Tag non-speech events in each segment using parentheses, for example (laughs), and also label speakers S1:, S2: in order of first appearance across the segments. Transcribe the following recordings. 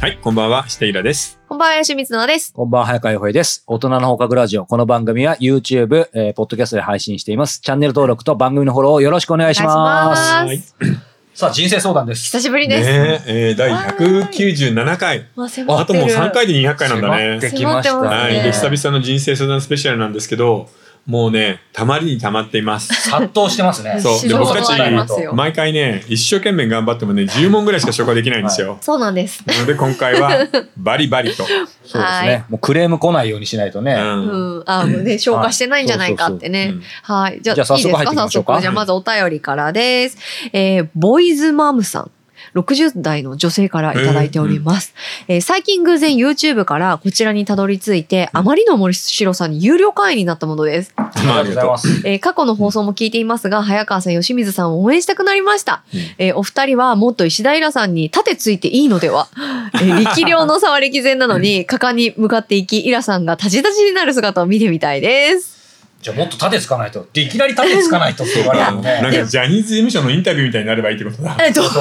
S1: はい、こんばんは、下平です。
S2: こんばんは、吉光野です。
S3: こんばんは、早川洋平です。大人の放課後ラジオ。この番組は YouTube、えー、ポッドキャストで配信しています。チャンネル登録と番組のフォローをよろしくお願いします。
S2: お願
S1: はいい
S2: します。
S3: さあ、人生相談です。
S2: 久しぶりです。
S1: ねええー、第197回。
S2: もう迫ってる。
S1: あともう3回で200回なんだ
S3: 迫っ
S1: ね。
S3: てき
S2: 迫
S3: まし
S2: って
S3: た
S2: ま
S1: は
S2: す
S1: い。
S2: ね
S3: ね。
S1: で、久々の人生相談スペシャルなんですけど、もうね、たまりにたまっています。
S2: (laughs)
S3: 殺到してますね。
S1: そう
S2: 仕
S1: で
S2: 事
S1: 僕たち
S2: もありますよ。
S1: 毎回ね、一生懸命頑張ってもね、10問ぐらいしか紹介できないんですよ。
S2: そうなんです。
S1: なので今回
S2: (laughs)
S1: は、バリバリと。
S3: そうです
S2: はい
S3: ね。もうクレーム来ないようにしないと
S1: う
S3: ね。
S1: ん。
S2: うん、あ、もうね、消化してないんじゃないかってね。はい。じゃあ、
S3: じゃあ早
S2: いい
S3: 速
S2: ですか
S3: 入っていき
S2: 早
S3: ましょうか
S2: 速。じゃあ、まずお便りからです。えーボイズマムさん。60代の女性からいただいております。えー最近偶然 YouTube からこちらにたどり着いて、あまりの面白さに有料会員になったものです。
S1: まあ、あ
S3: あり
S1: り
S3: が
S1: が
S3: とう
S1: とう
S3: ご。ざいます。
S2: えー過去の放送も聞いていますが、早川さん、吉水さんを応援したくなりました。
S1: うん
S2: えーお二人はもっと石平さんに盾ついていいのでは、え
S1: (laughs)
S2: ー力量の差は歴然なのに、果敢に向かっていき、イラさんがタジタジになる姿を見てみたいです。
S3: じゃあ、もっと盾つかないと。でいきなり盾つかないとって言われる
S1: なん
S3: の
S1: (laughs) か
S3: で。
S1: ジャニーズ事務所のインタビューみたいになればいいってことだ。
S2: えっと、
S3: (laughs)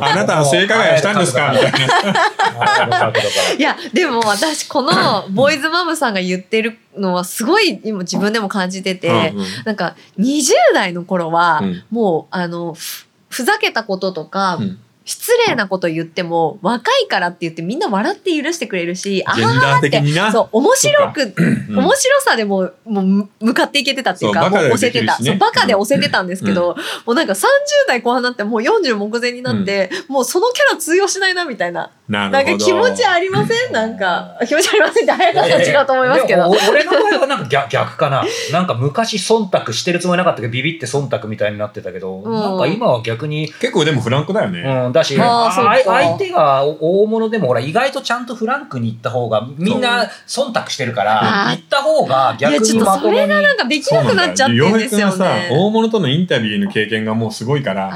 S1: あなたは性加害をしたんですかみたいな。
S3: な。
S2: (laughs) いや、でも私、このボーイズマムさんが言ってるのは、すごい今自分でも感じてて、
S1: うんうん
S2: なんか20代の頃は、
S1: うん
S2: もう、あの、ふふざけたこととか、
S1: うん
S2: 失礼なこと言っても、若いからって言ってみんな笑って許してくれるし、あ
S1: ジェン
S2: は
S1: ダー
S2: はっ
S1: 的にな
S2: て、そう、面白く、
S1: うん
S2: 面白さでもう、もうむ向かっていけてたっていう
S1: そ
S2: か、
S1: う
S2: も
S1: バ
S2: う
S1: カで
S2: 押
S1: で
S2: せ
S1: き
S2: て
S1: るしね
S2: た。そう、バカで押せてたんですけど、もうなんか30代後半になってもう40目前になって、もうそのキャラ通用しないなみたいな。
S1: な
S2: なんか気持ちありませんなんか、気持ちありませんって早川さん違うと思いますけど。
S3: でもお (laughs) 俺の場合はなんか逆逆かな。なんか昔忖度してるつもりなかったけど、ビビって忖度みたいになってたけど、
S2: ん
S3: なんか今は逆に、
S1: 結構でもフランクだよね。
S3: うん、だし、
S2: あー
S3: あ
S2: そっか
S3: あ相手が大物でも、ほら、意外とちゃんとフランクに行った方が、みんな忖度してるか
S2: あ
S3: ら、
S2: ー
S3: 行った方が逆
S2: いやち
S3: に
S2: ょっと
S3: まともに。
S2: なんかできなくなっちゃって
S1: 洋
S2: るん
S1: 平
S2: です
S1: 君は
S2: よ
S1: さ
S2: ね。
S1: 大物とのインタビューの経験がもうすごいから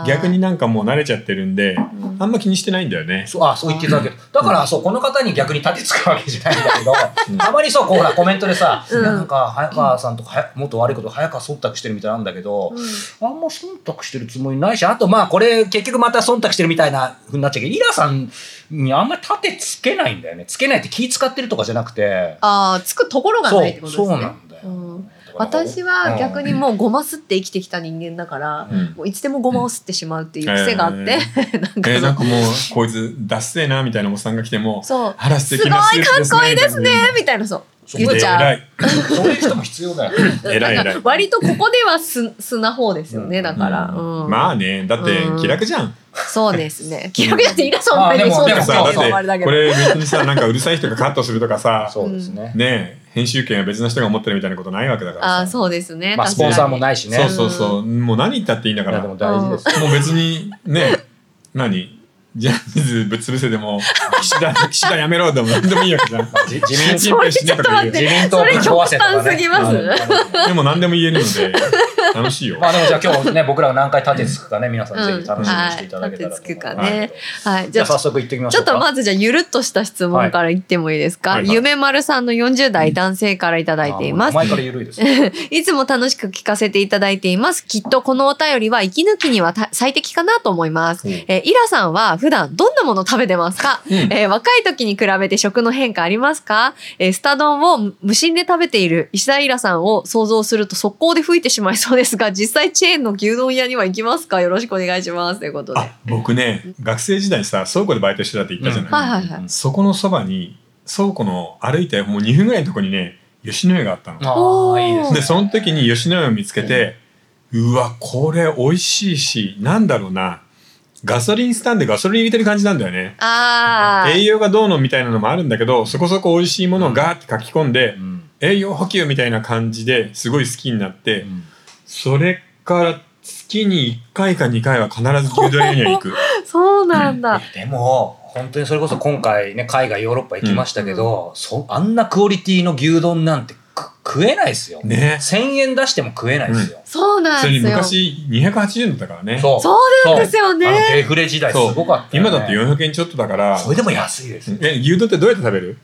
S2: あー
S1: 逆に、なんかもう慣れちゃってるんで
S2: うん
S1: あんま気にしてないんだよね。
S3: そうあそう言っていただけど、だから、そう、この方に逆に立てつくわけじゃないんだけ
S2: (laughs)
S3: ど、たまにそう、こう、ほら、コメントでさ、
S2: うん
S3: なんか、早川さんとか、はやもっと悪いこと、早川忖度してるみたいなんだけど、
S2: うん
S3: あんま忖度してるつもりないし、あとまあこれ結局また忖度してるみたいなふうになっちゃうけど、イラさんにあんまり盾つけないんだよね。つけないって気使ってるとかじゃなくて。
S2: ああ、つくところが
S3: そ
S2: ないってこ
S3: う、
S2: と
S3: そ
S2: で
S3: う
S2: す
S3: な
S2: ね。
S3: んだよ。
S2: うん私は逆にもうごますって生きてきた人間だから、
S1: うん
S2: もういつでもごまを吸ってしまうっていう癖があって、 (laughs) なんか
S1: えー
S2: そ
S1: な
S2: の
S1: んかもうこいつダッセーなみたいなおっさんが来ても
S2: そう
S1: あら素敵
S2: すごいか
S1: な
S2: っこいいですねみたいなそう
S3: そう
S2: 言っち
S1: 偉
S2: ゃう。
S1: い
S3: そういう人も必要だよ。
S1: 偉い偉い
S2: なんか割とここではす素な方ですよねだから、うん
S1: まあねだって
S2: うん
S1: 気楽じゃん
S2: そうですね気楽だってイラさんの前に
S3: まあ
S2: そう
S3: で
S2: で
S3: も
S2: す
S1: さ
S2: け
S1: だ
S2: ど
S1: っ
S2: そうあれだ
S1: て
S2: け
S1: こ
S2: ど
S1: れ別にさなんかうるさい人がカットするとかさ
S3: そうですね。
S1: ねえ編集権は別の人が持ってるみたいなことないわけだから
S2: あ
S1: さ
S2: あそうですね、
S3: まあス
S2: 確か
S3: ポ
S2: に
S3: ンサーもないしね。
S1: そうそうそうもう何言ったっていいんだか
S3: いや
S1: ら
S3: でも
S1: も
S3: 大事です。
S1: う別にね何ジャニーズぶっ潰せでも岸田岸田やめろでも何でもいいわけじゃん
S3: まあじ自
S2: (laughs)
S3: 民
S1: 心配しねとか言う
S2: それ
S3: 自民党ぶっ壊せとか
S2: それ極端す
S3: ね
S2: ぎます
S3: うん
S1: でも何でも言えるので楽しいよ
S3: まあでもじゃあ今日ね、僕らが何回盾つくかね、皆さんぜひ楽しみにしていただけたらと思いま
S2: うんはい
S3: す。
S2: 盾つくかねはい
S3: じ
S2: じ
S3: ゃ
S2: ゃ
S3: あ
S2: あ
S3: 早速行ってみまし
S2: ち
S3: ょ
S2: ょ
S3: う
S2: っ
S3: か。
S2: とまずじゃあゆるっとした質問から言ってもいいですか、
S1: はいはい
S2: ゆめまるさんの40代男性からいただいています
S3: あ前から緩いです。
S2: いつも楽しく聞かせていただいています。きっとこのお便りは息抜きにはた最適かなと思います。
S1: うん
S2: えーイラさんは普段どんなものを食べてますか、
S1: うん
S2: えー若い時に比べて食の変化ありますか、えースタ丼を無心で食べている石田イラさんを想像すると速攻で吹いてしまいそうですが、 (laughs) 実際チェーンの牛丼屋には行きますかよろしくお願いします。ということで。
S1: あ僕ね学生時代さ倉庫でバイトしてたって言ったじゃない、
S2: はいはいはい
S1: そこのそばに倉庫の歩いてもう2分ぐらいのとこにね吉野家があったの、
S3: ああ、いいですね。
S1: でその時に吉野家を見つけて、うわこれ美味しいしなんだろうなガソリンスタンドでガソリン入れてる感じなんだよね
S2: あー
S1: 栄養がどうのみたいなのもあるんだけどそこそこ美味しいものをガーって書き込んで、
S3: うん
S1: 栄養補給みたいな感じですごい好きになって、
S3: うん
S1: それから月に1回か2回は必ず牛丼屋には行く
S2: そうなんだ。
S3: でも、本当にそれこそ今回ね、海外ヨーロッパ行きましたけど、そあんなクオリティの牛丼なんてく食えないですよ。
S1: ね
S3: 1000円出しても食えないですよ。
S2: そうなん
S1: それ
S2: で
S1: に
S2: すよ。
S1: 昔280円だったからね
S3: そう。
S2: そうなんですよ
S3: あの
S2: ね。
S3: デフレ時代すごかったよ
S1: 今
S3: ね、
S1: だって400円ちょっとだから
S3: それでも安いですよ。
S1: え牛丼ってどうやって食べる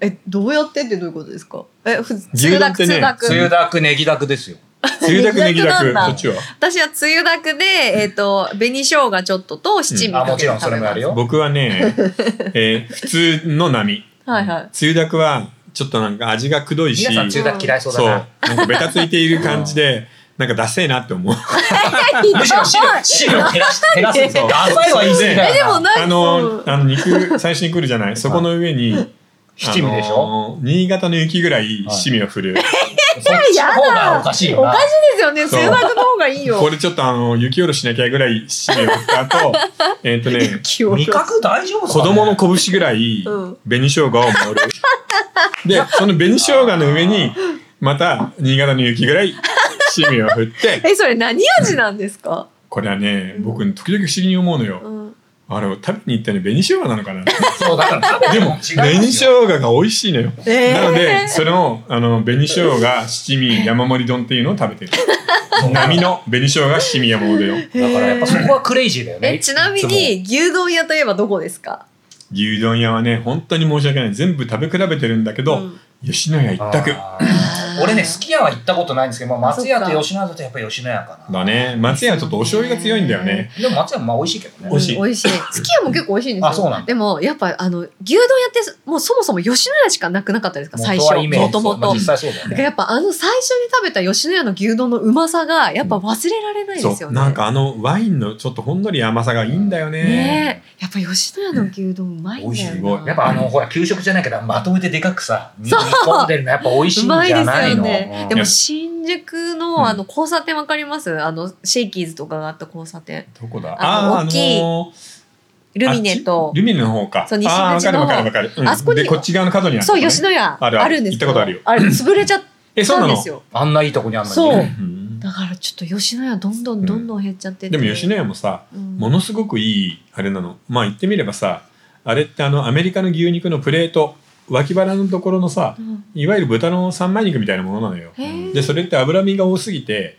S2: え、どうやってってどういうことですかえ、普通
S1: 牛丼
S2: だ
S1: っ
S2: く、
S1: てね
S2: 通だく。
S3: つゆだく、ネギだくですよ。
S1: つゆだくねぎだ
S2: ネギ
S1: く。
S2: だく
S1: そっちは。
S2: 私はつゆだくで、えっ、と、紅生姜ちょっとと七味か
S3: あも
S2: け
S3: ち
S2: て
S3: ろん
S2: 食
S3: それ
S2: べ
S3: もや
S2: ます
S3: る。よ
S1: 僕はね、えー普通の波。
S2: はいはい。
S1: つゆだくは、ちょっとなんか味がくどいし、
S3: 皆さん中学嫌いそうだ
S1: そう、
S3: な
S1: なんかベタついている感じで、なんかダセえなって思う。
S3: むしろ汁汁を減らして減らすんですよダサいは言い過ぎだよな
S1: え
S2: でもなんか
S1: あの、あの肉、 (laughs) 最初に来るじゃない。そこの上に、
S3: 七味でし
S1: あ
S3: ょ
S1: の新潟の雪ぐらい七味を振る。
S3: そっちの方がおかしいよ
S2: お
S3: な
S2: かしいですよね。つ
S1: そう
S2: ゆだくの方がいいよ
S1: こ。れちょっとあの、雪下ろしなきゃぐらい七味を振った後、えっとね、
S2: 記憶
S3: 味覚大丈夫ですか
S1: 子
S3: ね
S1: 供の拳ぐらい
S2: うん
S1: 紅生姜を盛る。で、その紅生姜の上に、また新潟の雪ぐらい七味を振って、
S2: え、それ何味なんですか、
S1: これはね、僕時々不思議に思うのよ。
S2: うん、
S1: あれ、食べに行ったのに紅生姜なのかなって
S3: そうだから
S1: で
S3: で
S1: も
S3: も
S1: 紅生姜が美味しいのよ。
S2: えー
S1: なので、それの、あの、紅生姜、七味、山盛り丼っていうのを食べて
S2: (laughs)
S1: る。波の紅生姜、七味、山盛り丼。
S3: だからやっぱそこはクレイジーだよね
S2: え、ちなみに牛丼屋といえばどこですか
S1: 牛丼屋はね、本当に申し訳ない。全部食べ比べてるんだけど、
S2: うん
S1: 吉野家一択。
S3: あー俺ねすき家は行ったことないんですけど、まあ、松屋と吉野家だとやっぱ吉野家かな
S1: だね。松屋はちょっとお醤油が強いんだよね。
S3: でも松屋もまあ美味しいけど
S1: 美
S3: ね
S1: 味しい
S2: うん、美
S1: (laughs)
S2: 味しい。すき家も結構美味しいんですよ。
S3: あそうなんだ
S2: でも、やっぱ、あの、牛丼屋って、もうそもそも吉野家しかなくなかったですか最初。
S3: 元はイメージ
S2: もとも
S3: まあ
S2: と
S3: 実。際そうだ
S2: だ
S3: よ
S2: から
S3: ね
S2: やっぱ、あの、最初に食べた吉野家の牛丼のうまさが、やっぱ忘れられないです
S1: そ
S2: よ
S1: う。
S2: ね。
S1: なんかあの、ワインのちょっとほんのり甘さがいいんだよね。
S2: ねえ。やっぱ吉野家の牛丼うまいん
S1: 美味
S2: だよな。
S1: しいすごい
S3: やっぱあのほら給食じゃないけどまとめてでかくさ煮込んでるのやっぱ美味しい
S2: うんまい
S3: じ
S2: で
S3: ゃ
S2: す
S3: ない
S2: よ
S3: の
S2: ね。で
S3: うん
S2: も新宿
S1: うん
S2: のあの交差点わかります？あのシェイキーズとかがあった交差点。
S1: どこだ
S2: あの
S1: ー
S2: 大きいルミネ
S1: あっ
S2: と
S1: ちルミネの方か。
S2: そう西口
S1: あーわかるわかるわかる。うん
S2: あそこに
S1: で、こっち側の角にあると
S2: そ
S1: こ
S2: う
S1: ね。
S2: 吉野家
S1: あるある
S2: あるんですけど。
S1: 行ったことあるよ
S2: あれ潰れちゃっ
S1: え、そうな
S2: た
S1: ん
S2: で
S1: の
S2: すよ。
S3: あんないいとこにあんのに
S2: そう
S3: ね
S1: うん
S2: だからちょっと吉野家どんどんどんどん減っちゃってて。
S1: でも吉野家もさ、
S2: うん
S1: ものすごくいいあれなのまあ言ってみればさあれってあのアメリカの牛肉のプレート脇腹のところのさ
S2: うん
S1: いわゆる豚の三枚肉みたいなものなのよ
S2: へー
S1: でそれって脂身が多すぎて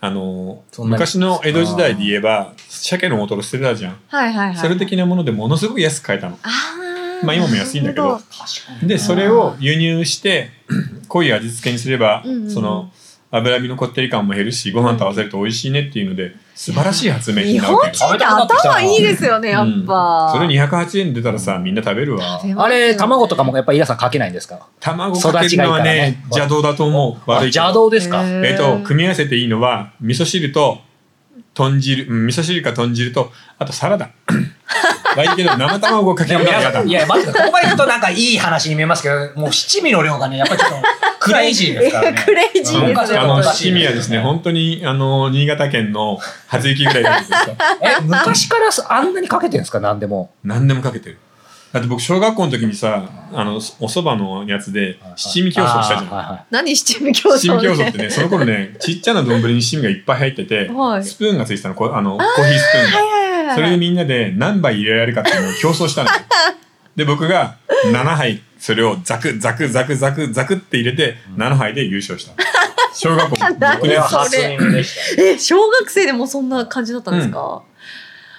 S1: あの
S3: そんなに
S1: 昔の江戸時代で言えば鮭の大トロ捨てたじゃん
S2: はいはいはい。
S1: それ的なものでものすごく安く買えたの
S2: あー
S1: まあ今も安いんだけど
S2: なるほ
S3: 確かに
S1: でそれを輸入して (clears throat) 濃い味付けにすれば
S2: うんうんうん
S1: その脂身のこってり感も減るしご飯と合わせると美味しいねっていうので素晴らしい発明品
S2: 日
S1: なわけ
S2: 本
S1: よ
S2: 人って頭いいですよねやっぱ。
S1: それ208円出たらさみんな食べるわ
S2: 食べます
S3: あ
S2: よね
S3: れ卵とかもやっぱイラさんかけないんですか
S1: 卵かけるのはね
S3: 育ち
S1: 邪
S3: がいいから
S1: 道
S3: ね
S1: だと思う悪いけど
S3: 邪道ですか
S2: へー
S1: えっと組み合わせていいのは味噌汁と豚汁うん味噌汁か豚汁とあとサ
S3: (laughs)
S1: ラダ悪いけど生卵をかけ
S3: で
S1: る
S3: も
S1: のは
S3: 皆
S1: 嫌
S3: さ
S1: だ
S3: んいや、マジで、ここまで行くとなんかいい話に見えますけど、もう七味の量がね、やっぱちょっとクレイジーですからね。
S2: (laughs) クレイジー
S3: うん
S2: です
S1: あ
S2: よ。
S3: お
S1: の
S3: かしい
S1: 七味はですね本当にあの新潟県の初雪ぐらいなん
S3: (laughs)
S1: ですよ
S3: え、昔からあんなにかけてるんですか何でも。
S1: 何でもかけてるだって僕小学校の時にさあのおそばのやつで七味競争したじゃん
S3: あーはいはい
S2: 何七味競争ね。
S1: 七味競争ってね、その頃ね、ちっちゃな丼に七味がいっぱい入ってて、
S2: はい
S1: スプーンがついてたの、こあのコーヒースプーンが。
S2: はいはいはいはい。
S1: それでみんなで何杯入れられるかっていうのを競争
S2: (laughs)
S1: したのよ。で、僕が7杯、それをザクザクザクザクザクって入れて、7杯で優勝した。小学校
S2: 何
S1: 6
S3: これ
S1: 年
S3: は
S1: 生。
S3: 初耳でした。
S2: え小学生でもそんな感じだったんですか、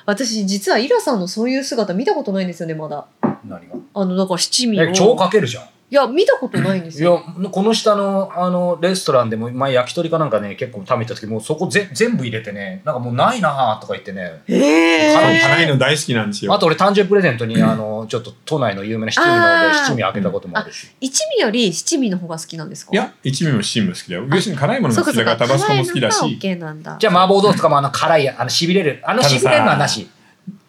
S2: 私実はイラさんのそういう姿見たことないんですよねまだ
S3: 何が
S2: あのだから七味を
S3: え、超かけるじゃん。
S2: いや見たことないんで
S3: い
S2: す
S3: や
S2: よ、
S3: この下の、あの、レストランでも、前焼き鳥かなんかね、結構食べた時、もうそこぜ全部入れてね、なんかもうないなーとか言ってね。
S2: え
S3: 辛
S1: 辛
S3: い
S1: い
S3: 辛
S1: の大好きなんですよ。
S3: あと俺誕生日プレゼントに、あの、ちょっと都内の有名な七味なので、七味開けたこともあるし。
S2: 一味より七味の方が好きなんですか
S1: いや、一味も七味も好きだよ。要するに辛いもの
S2: そ
S1: も好
S2: うか
S1: き
S2: そう
S1: だか、
S2: か
S1: タバ
S2: ら
S1: スコも好きだ
S2: 辛い
S1: し
S2: の。が OK なんだ
S3: じゃあ麻婆豆腐とかもあの辛い、あの痺れる、あの
S1: たださ
S3: 痺れるのはなし。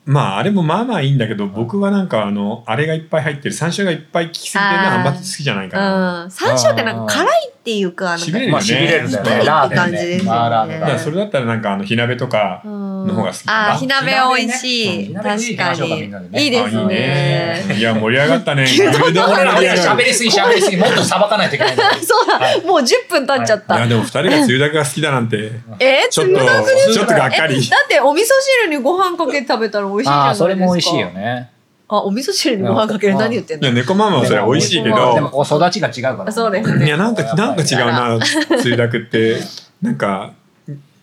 S1: まあ、あれもまあまあいいんだけど、僕はなんかあの、あれがいっぱい入ってる、山椒がいっぱい効きすぎてるのはあんま好きじゃないかな。
S2: うん山椒ってなんか辛いっていうかなんか
S1: 痺れるよね
S3: (laughs) まあ痺れるんだよね。ラ
S2: いい感
S3: ーメン
S2: じ
S3: ね
S2: で。すよね
S3: まあラーメン
S1: だ
S3: だ
S1: か
S3: ね
S1: らそれだったらなんかあの火鍋とか
S2: の
S1: の方が好きかな
S2: あー火鍋美味しい、
S3: 火鍋ね
S2: 確か
S3: 火鍋食いに行きましょうかみんなでね
S2: にいいで
S1: あい
S2: す
S1: い
S2: ね
S1: ねいや盛り上が
S2: (laughs)
S1: ったね
S2: 牛丼の
S1: 牛丼
S3: 俺ら
S1: 盛り
S3: 俺
S1: 上
S3: ら
S1: が
S3: 喋
S1: る
S3: りすぎ喋りすぎもっとさばかないといけないんだよ
S2: そうだ、
S3: はい
S2: もう10分経っちゃっ
S1: い
S2: た、
S1: やでも二人が梅雨だけが好きだなんて
S2: えー、
S1: ちょっと
S2: 冷たくね
S1: ちょっとがっかり
S2: えだってお味噌汁にご飯かけて食べたら美味しいじゃない
S3: あ
S2: で
S3: あ
S2: すか。
S3: それも美味しいよね
S2: あ、お味噌汁にご飯かける
S3: うん
S2: 何言ってん
S1: い
S2: の
S1: や猫ママはそれは美味しいけ
S3: でも
S1: ど
S3: こう育ちが違うから
S2: あそうです
S1: いやなんかなんか違うな梅雨だけってなんか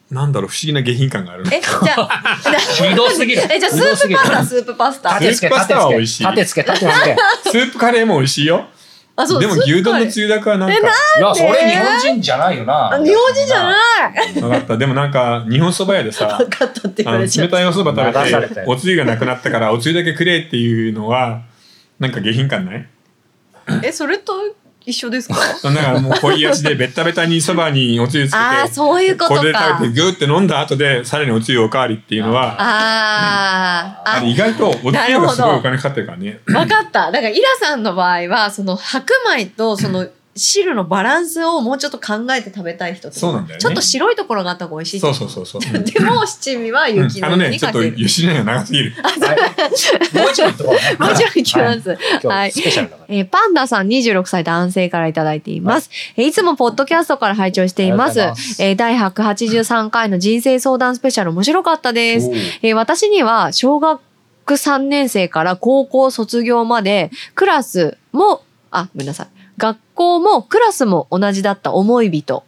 S1: なんだろう不思議な下品感がある
S2: え、じゃあ、
S3: ひどすぎる
S2: え、じゃあスープパスタ、スープパスタ。
S3: 立てつけ
S1: スープパス
S3: 立て
S1: タは美味
S3: つ
S1: しい
S3: け立てつけ立てつけ
S1: スープカレーも美味しいよ
S2: あ、そう
S1: でも牛丼のつ
S2: つ
S1: ゆだくはなんか
S2: え
S3: い
S2: (laughs)
S3: や、それ日本人じゃないよな。
S2: 日本人じゃない
S1: 分かったでもなんか日本そば屋でさ
S2: 分かったって言
S1: あ
S2: わ
S1: の
S2: れちゃ
S1: 冷
S2: う。
S1: たいおそば食
S3: 流さ
S1: べ
S3: れた
S1: て
S3: よ
S1: おつゆがなくなったからおつゆだけくれっていうのはなんか下品感ない
S2: え、それと一緒ですか
S1: なんかもう濃い味でベッタベタにそばにおつゆつけ
S2: ああ、
S1: て
S2: そういうこ
S1: ことれで
S2: か
S1: 食べ。てグーって飲んだ後でさらにおつゆおかわりっていうのは
S2: あ
S1: あ
S2: あ、
S1: れ意外とおつゆ
S2: なるほ
S1: が
S2: ど
S1: すごいお金かかってるからね
S2: あ、わかった。だから、イラさんの場合は、その白米とその汁のバランスをもうちょっと考えて食べたい人ってこと
S1: そうなんだよね
S2: ちょっと白いところがあった方が美味しいって
S1: そ
S2: こ
S1: う
S2: と。
S1: そうそうそう、
S2: (laughs) でも、七味は
S1: うん
S2: 雪
S1: あ
S2: の
S1: の
S2: に
S1: ねちょ
S2: か
S1: っと
S2: ける。
S1: 吉野家長すぎる
S3: はいもう一度言っとこうね。
S2: もちろん行き
S3: は
S2: ま
S3: い
S2: す。
S3: 今
S2: は
S3: 日
S2: い
S3: スペシャルだから。
S2: えーパンダさん26歳男性からいただいています。えーいつもポッドキャストから拝聴しています。
S3: ありがとうございます
S2: えー第183回の人生相談スペシャル面白かったです。えー私には小学3年生から高校卒業までクラスも、あ、ごめんなさい。学校もクラスも同じだった思い人。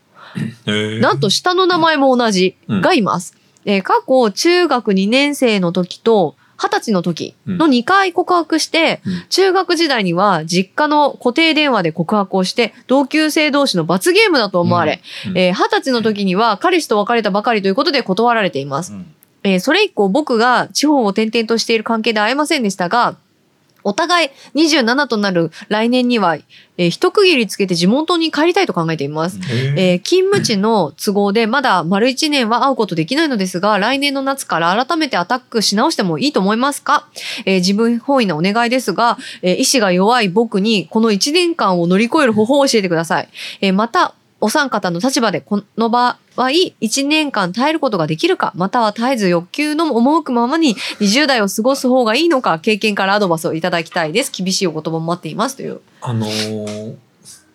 S1: えー
S2: なんと下の名前も同じ
S1: うん
S2: がいます。えー過去中学2年生の時と20歳の時の2回告白して、
S1: うん
S2: 中学時代には実家の固定電話で告白をして、同級生同士の罰ゲームだと思われ、
S1: うんうん
S2: えー20歳の時には彼氏と別れたばかりということで断られています。
S3: うん
S2: えーそれ以降僕が地方を転々としている関係で会えませんでしたが、お互い27となる来年には、えー一区切りつけて地元に帰りたいと考えています。
S1: えー
S2: えー勤務地の都合でまだ丸1年は会うことできないのですが、来年の夏から改めてアタックし直してもいいと思いますか、えー自分本位なお願いですが、えー意志が弱い僕にこの1年間を乗り越える方法を教えてください。えーまた、お三方の立場でこの場合、1年間耐えることができるか、または絶えず欲求の赴くままに20代を過ごす方がいいのか、経験からアドバイスをいただきたいです。厳しいお言葉も待っていますという。
S1: あのー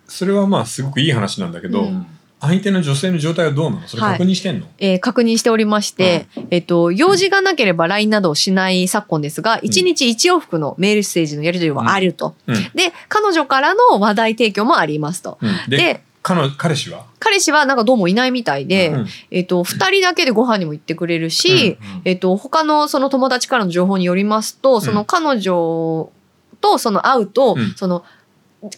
S1: それはまあすごくいい話なんだけど、
S2: うん
S1: 相手の女性の状態はどうなのそれ確認してんの、
S2: えー確認しておりまして、えっと、用事がなければ LINE などをしない昨今ですが、1日1往復のメールステージのやり取りはあると。
S1: うん
S2: で、彼女からの話題提供もありますと。
S1: うんで
S2: で、
S1: 彼女彼氏は、
S2: 彼氏はなんかどうもいないみたいで、
S1: うん
S2: えっと、2人だけでご飯にも行ってくれるし、
S3: うん
S2: えっと、他のその友達からの情報によりますと、その彼女とその会うと、
S1: うん
S2: その、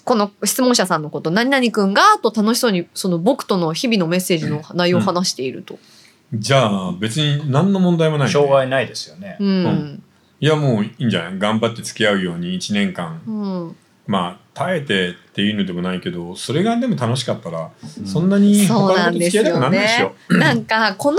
S2: この質問者さんのこと、何々くんが、と楽しそうに、その僕との日々のメッセージの内容を話していると。
S1: じゃあ別に何の問題もない、ね、
S3: 障害ないですよね。
S1: ん
S2: うん
S1: いやもういいんじゃない頑張って付き合うように1年間、
S2: うん、
S1: まあ耐えてっていうのでもないけどそれがでも楽しかったら、
S3: うん
S1: そんなに他の
S2: そうな
S1: こ
S2: ん
S1: と
S2: で
S1: 付き
S2: す
S1: 合いたくな
S2: よ
S1: んないでし
S2: ね
S1: ょ。
S2: なんかこの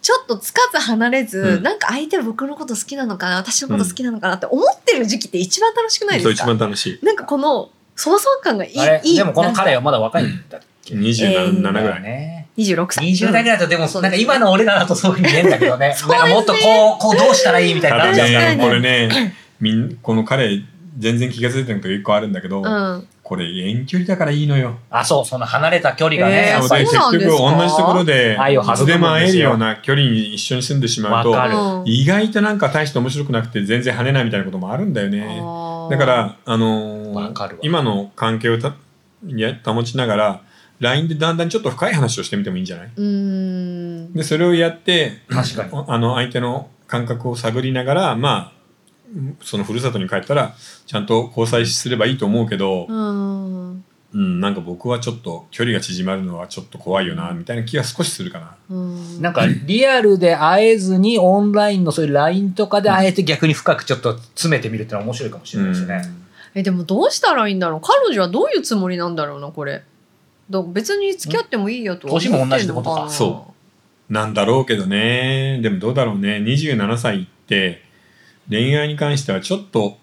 S2: ちょっとつかず離れず、
S1: うん
S2: なんか相手は僕のこと好きなのかな私のこと好きなのかなって思ってる時期って一番楽しくないで
S1: そう
S2: す
S1: 一
S2: か
S1: 番楽しい
S2: なんかこのそわそわ感がいい
S3: あれ
S2: いい
S3: でもこの彼
S2: なんか
S3: はまだ若いんだっけ
S1: 27ぐらい、
S3: だよね。
S2: 26歳
S3: 20代ぐらいだとでもなんか今の俺らだと (laughs) そういうふうに見えんだけどね
S2: そうですね
S3: なんかもっとこうこうどうしたらいいみたい
S1: ただ
S3: にな
S2: (laughs)
S3: っちゃうから
S1: ね
S2: 確かに
S1: これねみんこの彼全然気が付いてないこと1個あるんだけど、
S2: うん
S1: これ遠距離だからいいのよ。
S3: あそうその離れた距離がね
S2: えー
S3: や
S1: な
S3: っ
S1: の
S3: ぱ
S1: で
S3: り
S2: そ
S1: 結
S2: うなんで
S1: 局
S2: すか
S1: 同じところで
S3: 愛を
S1: いつ
S3: 育むんですよ
S1: でも会えるような距離に一緒に住んでしまうと
S3: わかる
S2: うん
S1: 意外となんか大して面白くなくて全然跳ねないみたいなこともあるんだよね。
S2: あー
S1: だから、あのー
S3: わかるわ
S1: 今の関係をたいや保ちながら LINE でだんだんちょっと深い話をしてみてもいいんじゃないう
S2: ーん
S1: でそれをやって
S3: 確かに
S1: おあの相手の感覚を探りながらまあそのふるさとに帰ったらちゃんと交際すればいいと思うけど、
S2: うん
S1: うん、なんか僕はちょっと距離が縮まるのはちょっと怖いよなみたいな気が少しするかな。
S2: うん
S3: なんかリアルで会えずにオンラインのそういう LINE とかで会えて逆に深くちょっと詰めてみるってのは面白いかもしれないですね。
S2: えでもどうしたらいいんだろう彼女はどういうつもりなんだろうなこれど別に付き合ってもいいやとは思ってんの
S3: 年も同じってことか
S1: そなんだろうけどねでもどうだろうね27歳って恋愛に関してはちょっと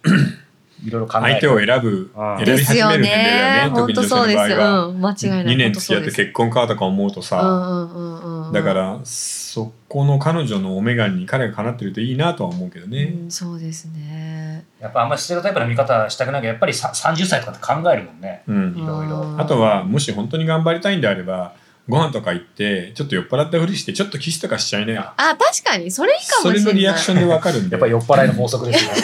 S3: いろいろ考
S1: 相
S3: え
S1: 手を選ぶ
S3: ああ
S1: 選
S2: で
S1: び
S2: す
S1: 始
S2: よ
S1: める年齢だ
S2: ね
S1: よね特
S2: 本
S1: に
S2: 当
S1: 女性の
S2: そうで
S1: 場
S2: す
S1: 合は、
S2: うん間違いない
S1: 2年付き合って
S2: 結
S1: 結婚かとか思うと
S2: う
S1: さ、
S2: んうんうんうん
S1: だからそこの彼女のお眼鏡に彼がかなってるといいなとは思うけど
S2: う
S1: ね、
S2: ん、そうですね。
S3: やっぱあんまりステレオタイプな見方したくないけどやっぱりさ30歳とかって考えるもんね。
S1: うん
S3: いろいろ
S2: うん
S1: あとはもし本当に頑張りたいんであればご飯とか行ってちょっと酔っ払ったふりしてちょっとキスとかしちゃいなよ
S2: あ、確かに、それいいか
S1: そ
S2: もしれな
S1: れ
S2: い。
S1: のリアクションでわかるんで
S3: やっ (laughs) ぱり酔っ払いの法則ですよね。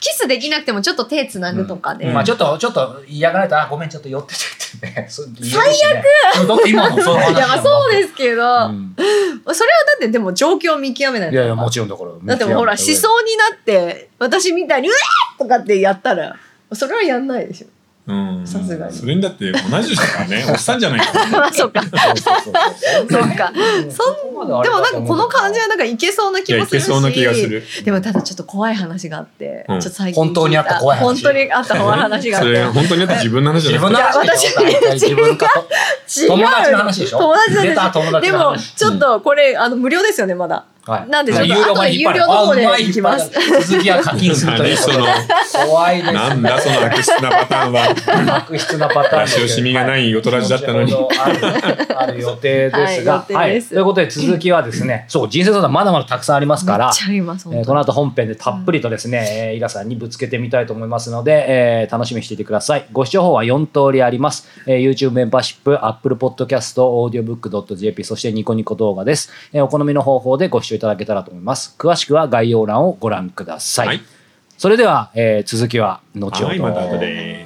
S2: キスできなくても、ちょっと手つなぐとかで。
S1: うん
S3: まあちょっと、ちょっと嫌がられた、あ、ごめん、ちょっと酔っててってね。 (laughs) 最悪だって今のその話 (laughs)
S2: いや、まあ、そうですけど、
S3: だ
S2: そ
S3: もん
S2: れはだって、でも、状況を見極めない
S3: うん
S2: と
S3: いやいや、もちろんだから。
S2: だって、ほら、思
S1: (laughs)
S2: 想になって、私みたいに、うえーとかってやったら、それはやんないでしょ。
S1: うん、
S2: さすがに
S1: それにだって同じ人だからねおっさんじゃないから
S2: まあ (laughs) そっか。
S3: そ
S2: そっか。
S3: そんな
S2: でもなんかこの感じはなんかいけそうな気
S1: いや
S2: も
S1: い
S2: する
S1: け
S2: し。
S1: そうな気がする
S2: でもただちょっと怖い話があって、
S1: うん
S2: ちょっと最近聞い
S3: 本当にあった怖い話
S2: 本当にあった怖い話があっ
S1: そ
S2: て。
S1: れ本当にだって自分の話じゃ
S3: 自
S1: なく
S3: 分
S1: て
S3: の話でしょ
S2: いや私
S3: 大体自分かと
S2: 違う
S3: 友達の話でしょ
S2: 友達の話
S3: 出た友
S2: で
S3: 達の
S2: も
S3: 話
S2: ちょっとこれ、あの無料ですよねまだ。
S3: はい
S2: なんで
S3: はい
S2: ちょっと後で有料の方で
S3: あうまい引っ張る
S2: 行き
S3: 続きは課金するということで
S1: 何
S3: 怖いですね
S1: なんだその悪質なパターンは
S3: 悪質なパターンです
S1: 足惜しみがない大人だったのに
S3: 後ほどあるある予定ですが、
S2: はい予定です
S3: ということで続きはですねそう人生相談まだまだたくさんありますから
S2: めっちゃあります
S3: え
S2: 本
S3: ーこ
S2: 当に。
S3: の後本編でたっぷりとですね、えーイラさんにぶつけてみたいと思いますので、えー楽しみにしていてください。ご視聴法は4通りあります。えー YouTube メンバーシップ、Apple Podcast、audiobook.jp、そしてニコニコ動画です、えーお好みの方法でご視聴いただけたらと思います。詳しくは概要欄をご覧ください。
S1: はい
S3: それでは、えー続きは後ほど。
S1: はいまた後で